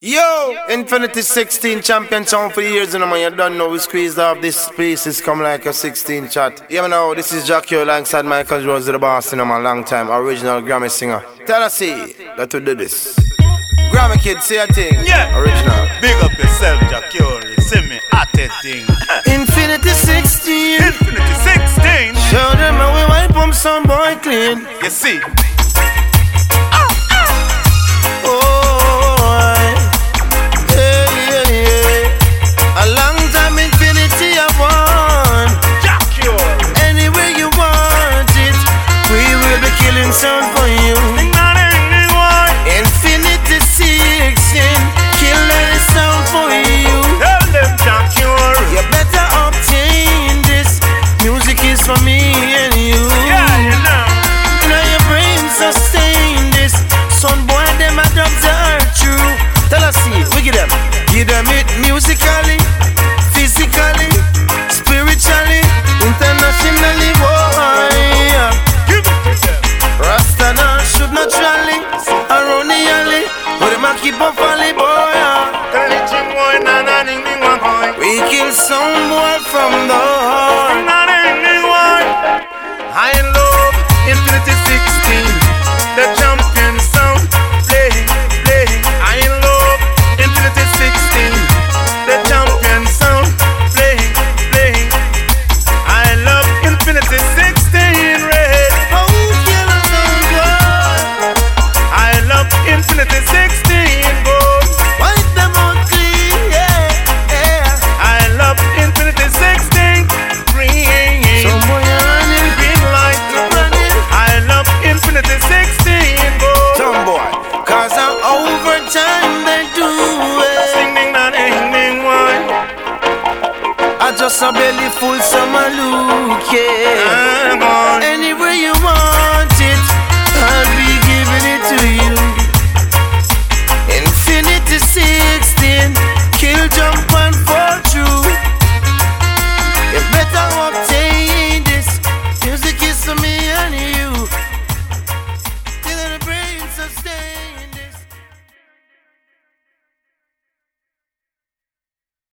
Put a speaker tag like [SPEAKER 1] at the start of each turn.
[SPEAKER 1] Yo, Infinity 16 champion sound for years, and man, you don't know we squeezed off this piece. It's come like a 16 shot. Yeah, man, now this is Jackie alongside Michael Rose, the boss, you know, man, long time original Grammy singer. Tennessee, that we do this. Grammy kid, say a thing.
[SPEAKER 2] Yeah.
[SPEAKER 1] original.
[SPEAKER 2] Big up yourself, Jackyori. See me at it thing.
[SPEAKER 1] Infinity 16.
[SPEAKER 2] Infinity 16.
[SPEAKER 1] Show them how we wipe 'em some boy clean.
[SPEAKER 2] You see, Ah,
[SPEAKER 1] Oh, yeah, yeah, yeah. A long time infinity I want.
[SPEAKER 2] Jackyori.
[SPEAKER 1] Any way you want it, we will be killing sound for you.
[SPEAKER 2] Ding dong ding ding why?
[SPEAKER 1] Infinity sixteen, killing the sound for you.
[SPEAKER 2] Tell them Jackyori.
[SPEAKER 1] You better obtain this. Music is for me and you.
[SPEAKER 2] Yeah, you know.
[SPEAKER 1] Now your brain sustain this. Son boy, them adults are true. Tell us see, we give them. Give them it musically, physically, spiritually, internationally. Why?
[SPEAKER 2] Give it to them.
[SPEAKER 1] Rasta now should not trolley around the alley. But them a keep on falling, boy. ah.
[SPEAKER 2] Tell it to boy, na na ding ding why, boy.
[SPEAKER 1] We kill some boy from the heart.
[SPEAKER 2] Ding dong ding ding why? I love Infinity 16. The champion sound. Play, play. I love Infinity 16. The champion sound. Play, play. I love Infinity 16 Red.
[SPEAKER 1] Oh, kill some boy.
[SPEAKER 2] I love Infinity 16 Gold.
[SPEAKER 1] Wipe them out clean, yeah, yeah.
[SPEAKER 2] I love Infinity 16 Green. Green light. I love Infinity 16 Gold.
[SPEAKER 1] Cause I'm over time they do it.
[SPEAKER 2] Ding ding da ding ding wine.
[SPEAKER 1] I just a belly full summer look, yeah.
[SPEAKER 2] I'm on.
[SPEAKER 1] Any way you want it, I'll be giving it to you. Infinity 16, kill jump